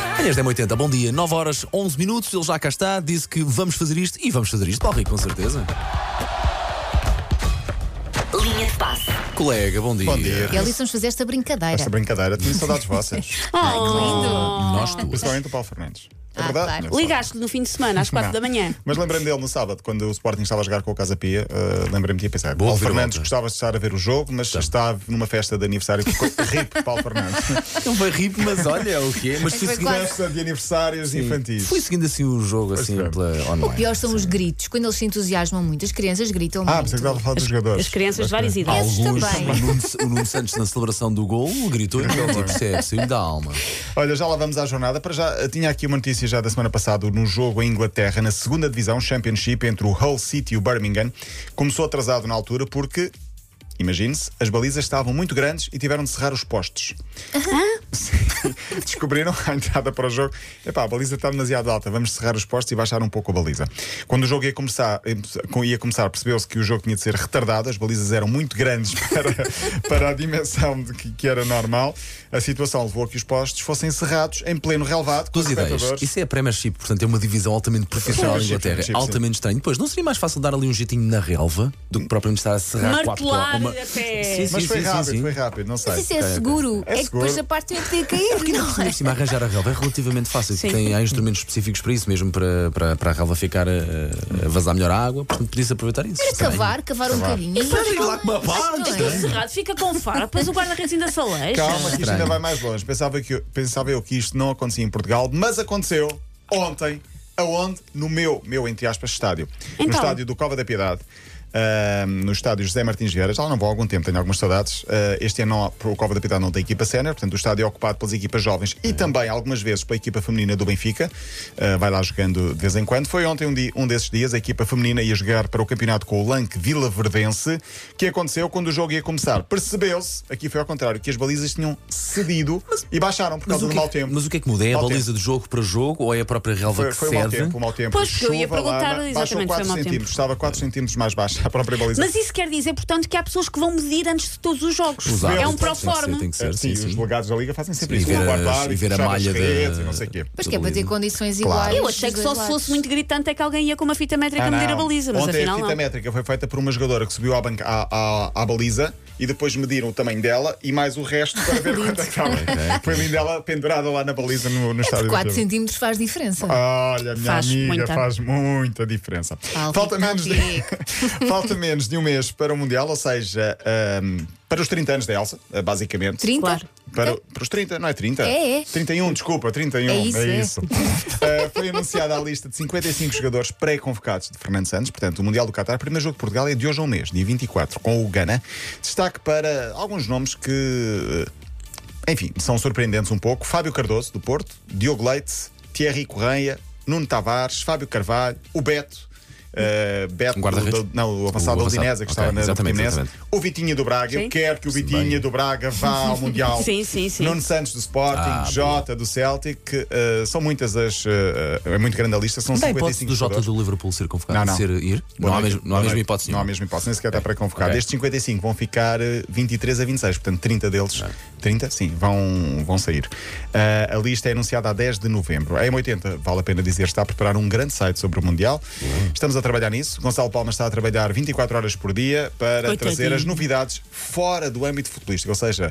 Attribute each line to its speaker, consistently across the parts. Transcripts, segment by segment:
Speaker 1: Manhãs 1080, bom dia, 9 horas 11 minutos, ele já cá está, disse que vamos fazer isto e vamos fazer isto, Paulo Rico, com certeza.
Speaker 2: Linha de passe.
Speaker 1: Colega, bom dia.
Speaker 3: Bom dia.
Speaker 4: E ali vamos fazer esta brincadeira.
Speaker 3: Esta brincadeira, tinha saudades vossas.
Speaker 5: Oh,
Speaker 1: Nós duas.
Speaker 3: Principalmente o Paulo Fernandes. É
Speaker 4: Ah,
Speaker 3: verdade?
Speaker 4: claro.
Speaker 3: Não é
Speaker 5: Ligaste-lhe no fim de semana, às
Speaker 3: Não.
Speaker 5: 4 da manhã.
Speaker 3: Mas lembrei-me dele no sábado, quando o Sporting estava a jogar com o Casa Pia, eh, lembrei-me de pensar.
Speaker 1: Boa
Speaker 3: Paulo
Speaker 1: virgulta.
Speaker 3: Fernandes gostava de estar a ver o jogo, mas estava numa festa de aniversário. Ficou RIP, Paulo Fernandes.
Speaker 1: Não vai rir, mas olha o quê? Mas fui
Speaker 4: É Foi
Speaker 1: seguindo,
Speaker 4: quase.
Speaker 3: festa de aniversários infantis.
Speaker 1: fui seguindo assim o jogo, assim,
Speaker 3: bem.
Speaker 1: pela online.
Speaker 4: Pior são os gritos. Quando eles se entusiasmam muito, as crianças gritam
Speaker 3: Ah,
Speaker 4: muito.
Speaker 3: pensei que estava a falar dos jogadores.
Speaker 5: As crianças de
Speaker 3: Ok.
Speaker 5: várias idades.
Speaker 4: Esses
Speaker 1: Alguns,
Speaker 4: é também.
Speaker 1: o Nuno, o Nuno Santos, na celebração do gol, gritou e
Speaker 3: Gritou,
Speaker 1: tipo,
Speaker 3: não é?
Speaker 1: "Sé, saiu-lhe da alma.
Speaker 3: Olha, já lá vamos à jornada. Para já, eh, tinha aqui uma notícia já da semana passada no jogo em Inglaterra, na segunda divisão Championship entre o Hull City e o Birmingham. Começou atrasado na altura porque, imagine-se, as balizas estavam muito grandes e tiveram de serrar os postes. Sim. Descobriram à entrada para o jogo: epá, a baliza está demasiado alta, vamos serrar os postes e baixar um pouco a baliza. Quando o jogo ia começar, eh, ia começar percebeu-se que o jogo tinha de ser retardado, as balizas eram muito grandes para, para a dimensão de que, que era normal. A situação levou a que os postes fossem serrados em pleno relevado. com
Speaker 1: Duas ideias.
Speaker 3: espectadores.
Speaker 1: Isso é a Premiership, portanto é uma divisão altamente profissional
Speaker 3: Pois,
Speaker 1: em Inglaterra,
Speaker 3: Premiership, sim.
Speaker 1: altamente estranho. Pois, não seria mais fácil dar ali um jeitinho na relva do que propriamente estar a serrar quatro
Speaker 5: Martelar
Speaker 1: uma-
Speaker 5: até.
Speaker 1: Sim, sim,
Speaker 3: Mas
Speaker 1: sim,
Speaker 3: foi
Speaker 1: sim,
Speaker 3: rápido,
Speaker 1: sim.
Speaker 3: foi rápido, não sei.
Speaker 4: Mas isso é seguro.
Speaker 3: É
Speaker 4: É, que
Speaker 3: seguro.
Speaker 4: depois a parte tem que ter caído, não
Speaker 1: Ainda
Speaker 4: é?
Speaker 1: por cima, arranjar a relva é relativamente fácil. porque
Speaker 5: Sim.
Speaker 1: Tem, há instrumentos específicos para isso, mesmo para, para, para a relva ficar a, a vazar melhor a água. Portanto, podia-se aproveitar isso.
Speaker 4: Era
Speaker 1: Estranho.
Speaker 4: cavar, cavar um bocadinho.
Speaker 1: Faz lá com uma pá,
Speaker 4: Não é?
Speaker 5: Aquilo cerrado fica com farpa, depois o guarda-redes ainda se aleja.
Speaker 3: Calma, que isto ainda
Speaker 1: Estranho.
Speaker 3: vai mais longe. Pensava, que, eu- pensava eu que isto não acontecia em Portugal, mas aconteceu ontem, aonde? No meu, meu, entre aspas, estádio. No
Speaker 5: Então.
Speaker 3: estádio do Cova da Piedade. ahm, no estádio José Martins Vieira, já lá não vou há algum tempo, tenho algumas saudades. Ah, este ano não há- o Cova da Piedade não tem equipa sénior, portanto o estádio é ocupado pelas equipas jovens e também algumas vezes pela equipa feminina do Benfica. Ah, vai lá jogando de vez em quando. Foi ontem um, dia, um desses dias, a equipa feminina ia jogar para o campeonato com o Lanque Vila Verdense, que aconteceu quando o jogo ia começar. Percebeu-se, aqui foi ao contrário, que as balizas tinham cedido e baixaram por
Speaker 1: Mas
Speaker 3: causa
Speaker 1: o,
Speaker 3: do
Speaker 1: que,
Speaker 3: mau
Speaker 1: é
Speaker 3: tempo.
Speaker 1: que- mas o que é que muda? É a
Speaker 3: Mau
Speaker 1: baliza de jogo para jogo ou é a própria relva
Speaker 3: Foi,
Speaker 1: que
Speaker 3: foi o mau
Speaker 1: cede?
Speaker 3: tempo, o mau tempo.
Speaker 5: Pois, porque eu ia
Speaker 3: Chuva, lama,
Speaker 5: perguntar
Speaker 3: Baixou
Speaker 5: exatamente, foi
Speaker 3: 4
Speaker 5: um mau tempo.
Speaker 3: centímetros, estava 4 centímetros mais baixa a própria baliza.
Speaker 5: Mas isso quer dizer, portanto, que há pessoas que vão medir antes de todos os jogos.
Speaker 1: Os
Speaker 5: é
Speaker 1: árbitros,
Speaker 5: um pro
Speaker 1: tem que ser,
Speaker 5: forma.
Speaker 1: tem que
Speaker 3: Eh,
Speaker 1: ser,
Speaker 3: sim,
Speaker 1: sim,
Speaker 3: os
Speaker 1: sim.
Speaker 3: delegados da Liga fazem sempre
Speaker 1: E
Speaker 3: isso.
Speaker 1: ver
Speaker 3: Guardar
Speaker 1: a-
Speaker 3: guardar
Speaker 1: e ver a
Speaker 3: fechar as
Speaker 1: malha da-
Speaker 3: redes e não sei o quê.
Speaker 4: Mas que é para ter condições
Speaker 3: Claro.
Speaker 4: iguais.
Speaker 5: Eu achei que
Speaker 4: dos
Speaker 5: só
Speaker 4: dois
Speaker 5: se
Speaker 4: lados.
Speaker 5: fosse muito gritante é que alguém ia com uma fita métrica
Speaker 3: Ah,
Speaker 5: medir a
Speaker 3: não.
Speaker 5: baliza, mas
Speaker 3: Ontem
Speaker 5: afinal
Speaker 3: a fita
Speaker 5: não.
Speaker 3: métrica foi feita por uma jogadora que subiu à, banca- à- à- à baliza e depois mediram o tamanho dela e mais o resto para ver quanto acaba. Foi lindo ela pendurada lá na baliza
Speaker 5: É
Speaker 3: no, no estádio. do
Speaker 4: 4
Speaker 3: Chile.
Speaker 4: É centímetros faz diferença.
Speaker 3: Olha, minha
Speaker 5: Faz
Speaker 3: amiga,
Speaker 5: muita.
Speaker 3: faz muita diferença.
Speaker 4: Paulo
Speaker 3: Falta
Speaker 4: Rico,
Speaker 3: menos, de, falta menos de um mês para o Mundial, ou seja, ahm, para os 30 anos da Elsa, ah, basicamente.
Speaker 4: 30?
Speaker 5: Claro.
Speaker 3: Para, para os 30, não é 30?
Speaker 4: É, é.
Speaker 3: 31, desculpa, 31.
Speaker 4: É isso, é.
Speaker 3: Ah, foi anunciada a lista de 55 jogadores pré-convocados de Fernando Santos. Portanto, o Mundial do Qatar, primeiro jogo de Portugal, é de hoje a um mês, dia 24, com o Ghana. Destaque para alguns nomes que, eh, enfim, são surpreendentes um pouco. Fábio Cardoso, do Porto, Diogo Leite, Thierry Correia, Nuno Tavares, Fábio Carvalho, o Beto. ah, Beto,
Speaker 1: Um guarda-redes?
Speaker 3: do- do- não, o
Speaker 1: O
Speaker 3: avançado da
Speaker 1: avançado.
Speaker 3: Udinese,
Speaker 1: Ok,
Speaker 3: que estava na na
Speaker 1: exatamente,
Speaker 3: Udinese.
Speaker 1: exatamente.
Speaker 3: O Vitinha do Braga, eu
Speaker 5: Sim.
Speaker 3: quero que o Vitinha do Braga vá ao Mundial.
Speaker 5: Sim, sim, sim.
Speaker 3: Nuno Santos do Sporting,
Speaker 1: Ah,
Speaker 3: Jota do Celtic, eh, são muitas as. eh, eh, é muito grande a lista, são
Speaker 1: Não há
Speaker 3: 55
Speaker 1: hipótese do Jota
Speaker 3: jogadores.
Speaker 1: do Liverpool ser convocado?
Speaker 3: Não, não.
Speaker 1: Ser ir?
Speaker 3: Boa
Speaker 1: Não há,
Speaker 3: noite,
Speaker 1: mesmo, não
Speaker 3: boa
Speaker 1: há mesmo
Speaker 3: noite.
Speaker 1: hipótese.
Speaker 3: Não há
Speaker 1: nenhuma.
Speaker 3: mesmo hipótese, nem sequer está para convocar.
Speaker 1: Ok.
Speaker 3: Destes 55 vão ficar eh, 23 a 26, portanto 30 deles,
Speaker 1: Ah.
Speaker 3: 30 sim, vão, vão sair. Ah, a lista é anunciada a 10 de novembro. A M80, vale a pena dizer, está a preparar um grande site sobre o Mundial.
Speaker 1: Uhum.
Speaker 3: Estamos a trabalhar nisso. Gonçalo Palma está a trabalhar 24 horas por dia para
Speaker 5: Coitadinho.
Speaker 3: trazer as novidades fora do âmbito futebolístico, ou seja,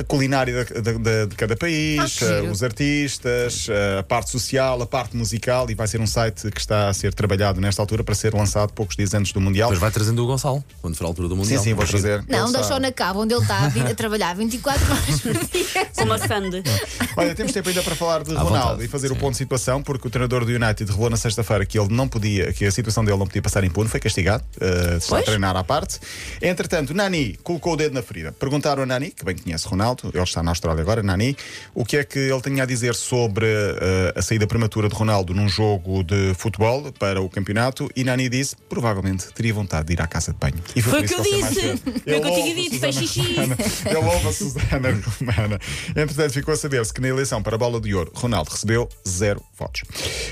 Speaker 3: a culinária da- da- da- de cada
Speaker 4: Ah,
Speaker 3: país,
Speaker 4: que
Speaker 3: ah,
Speaker 4: giro.
Speaker 3: os artistas, a parte social, a parte musical e vai ser um site que está a ser trabalhado nesta altura para ser lançado poucos dias antes do Mundial.
Speaker 1: Depois vai trazendo o Gonçalo, quando for a altura do
Speaker 3: Sim,
Speaker 1: Mundial.
Speaker 3: sim, vou
Speaker 1: Vai ser-
Speaker 3: trazer.
Speaker 4: Não,
Speaker 3: Ele
Speaker 4: deixa só
Speaker 3: sabe.
Speaker 4: na cava onde ele está a, vir- a trabalhar 24 horas por dia.
Speaker 5: Com uma sande.
Speaker 3: Olha, temos tempo ainda para falar de
Speaker 1: À
Speaker 3: Ronaldo
Speaker 1: vontade,
Speaker 3: e fazer o
Speaker 1: sim.
Speaker 3: ponto de situação, porque o treinador do United revelou na sexta-feira que ele não podia, que a situação dele não podia passar impune, foi castigado, eh, está a
Speaker 5: Pois.
Speaker 3: treinar à parte. Entretanto, Nani colocou o dedo na ferida. Perguntaram a Nani, que bem conhece Ronaldo, ele está na Austrália agora, Nani, o que é que ele tinha a dizer sobre eh, a saída prematura de Ronaldo num jogo de futebol para o campeonato, e Nani disse, provavelmente teria vontade de ir à casa de banho. E
Speaker 5: Foi
Speaker 3: por
Speaker 5: o que eu
Speaker 3: isso ele
Speaker 5: disse.
Speaker 3: foi mais cedo.
Speaker 5: Foi o que eu
Speaker 3: ouve a
Speaker 5: tinha dito, fez
Speaker 3: Susana
Speaker 5: xixi.
Speaker 3: Romana. Ele ouve a Susana Romana. Entretanto, ficou a saber-se que na eleição para a bola de ouro, Ronaldo recebeu zero votos.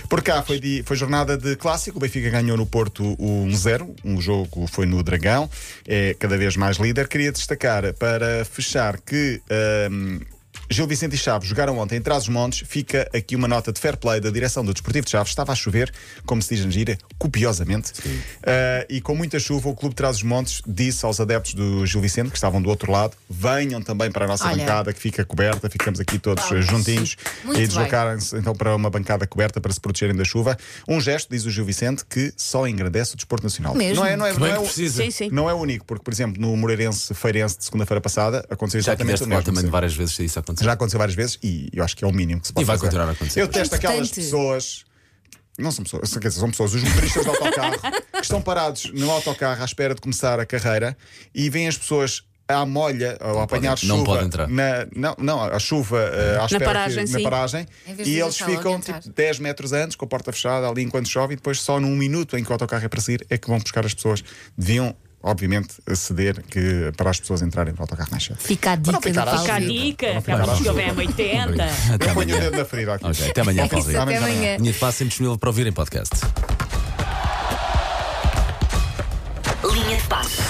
Speaker 3: Por cá foi, di- foi jornada de clássico. O Benfica ganhou no Porto 1-0. Um jogo foi no Dragão. É cada vez mais líder. Queria destacar para fechar que. hum, Gil Vicente e Chaves jogaram ontem em Trás-os-Montes. Fica aqui uma nota de fair play da direção do Desportivo de Chaves. Estava a chover, como se diz na gira, copiosamente. Ah, e com muita chuva, o Clube de Trás-os-Montes disse aos adeptos do Gil Vicente, que estavam do outro lado, venham também para a nossa
Speaker 4: Olha.
Speaker 3: bancada, que fica coberta. Ficamos aqui todos eh, juntinhos.
Speaker 4: Muito
Speaker 3: e
Speaker 4: bem.
Speaker 3: deslocaram-se então para uma bancada coberta para se protegerem da chuva. Um gesto, diz o Gil Vicente, que só engrandece o desporto nacional.
Speaker 4: Mesmo.
Speaker 3: Não é, não é,
Speaker 1: Que
Speaker 3: não
Speaker 1: bem
Speaker 3: é
Speaker 1: que
Speaker 3: o-
Speaker 1: precisa.
Speaker 5: Sim, sim.
Speaker 3: não é o único, porque, por exemplo, no Moreirense Feirense de segunda-feira passada aconteceu
Speaker 1: Já
Speaker 3: exatamente
Speaker 1: tiveste
Speaker 3: o
Speaker 1: lá
Speaker 3: mesmo.
Speaker 1: também
Speaker 3: sim.
Speaker 1: várias vezes se isso acontecer.
Speaker 3: Já aconteceu várias vezes e eu acho que é o mínimo que se pode
Speaker 1: E vai
Speaker 3: fazer.
Speaker 1: continuar a acontecer.
Speaker 3: Eu testo aquelas
Speaker 4: É Importante.
Speaker 3: pessoas. Não são pessoas, quer dizer, são pessoas, os motoristas de autocarro que estão parados no autocarro à espera de começar a carreira e vêm as pessoas à molha ou a apanhar
Speaker 1: podem-
Speaker 3: chuva.
Speaker 1: não podem entrar.
Speaker 3: Na, não, não, a chuva eh, à espera que-
Speaker 5: paragem,
Speaker 3: na
Speaker 5: sim.
Speaker 3: paragem
Speaker 4: Em vez
Speaker 3: e
Speaker 4: de
Speaker 3: eles
Speaker 4: deixar logo
Speaker 3: ficam
Speaker 4: entrar.
Speaker 3: tipo 10 metros antes com a porta fechada ali enquanto chove e depois só num minuto em que o autocarro é para sair é que vão buscar as pessoas. Deviam, obviamente, ceder que, para as pessoas entrarem no autocarro mais cedo.
Speaker 4: Fica a dica
Speaker 3: não
Speaker 4: do
Speaker 3: ficar
Speaker 4: Paulo
Speaker 3: às
Speaker 4: Rico.
Speaker 3: vezes.
Speaker 5: Canica,
Speaker 3: Não
Speaker 5: aquela
Speaker 3: ficar à
Speaker 5: que
Speaker 3: chuva.
Speaker 5: chegou bem a 80.
Speaker 1: Até
Speaker 3: Eu ponho o
Speaker 1: amanhã.
Speaker 3: dedo na ferida aqui.
Speaker 1: Ok, até amanhã, Paulo Rico.
Speaker 4: Até amanhã.
Speaker 1: Minha de passe sempre disponível para ouvir em podcast.
Speaker 2: Linha de passe.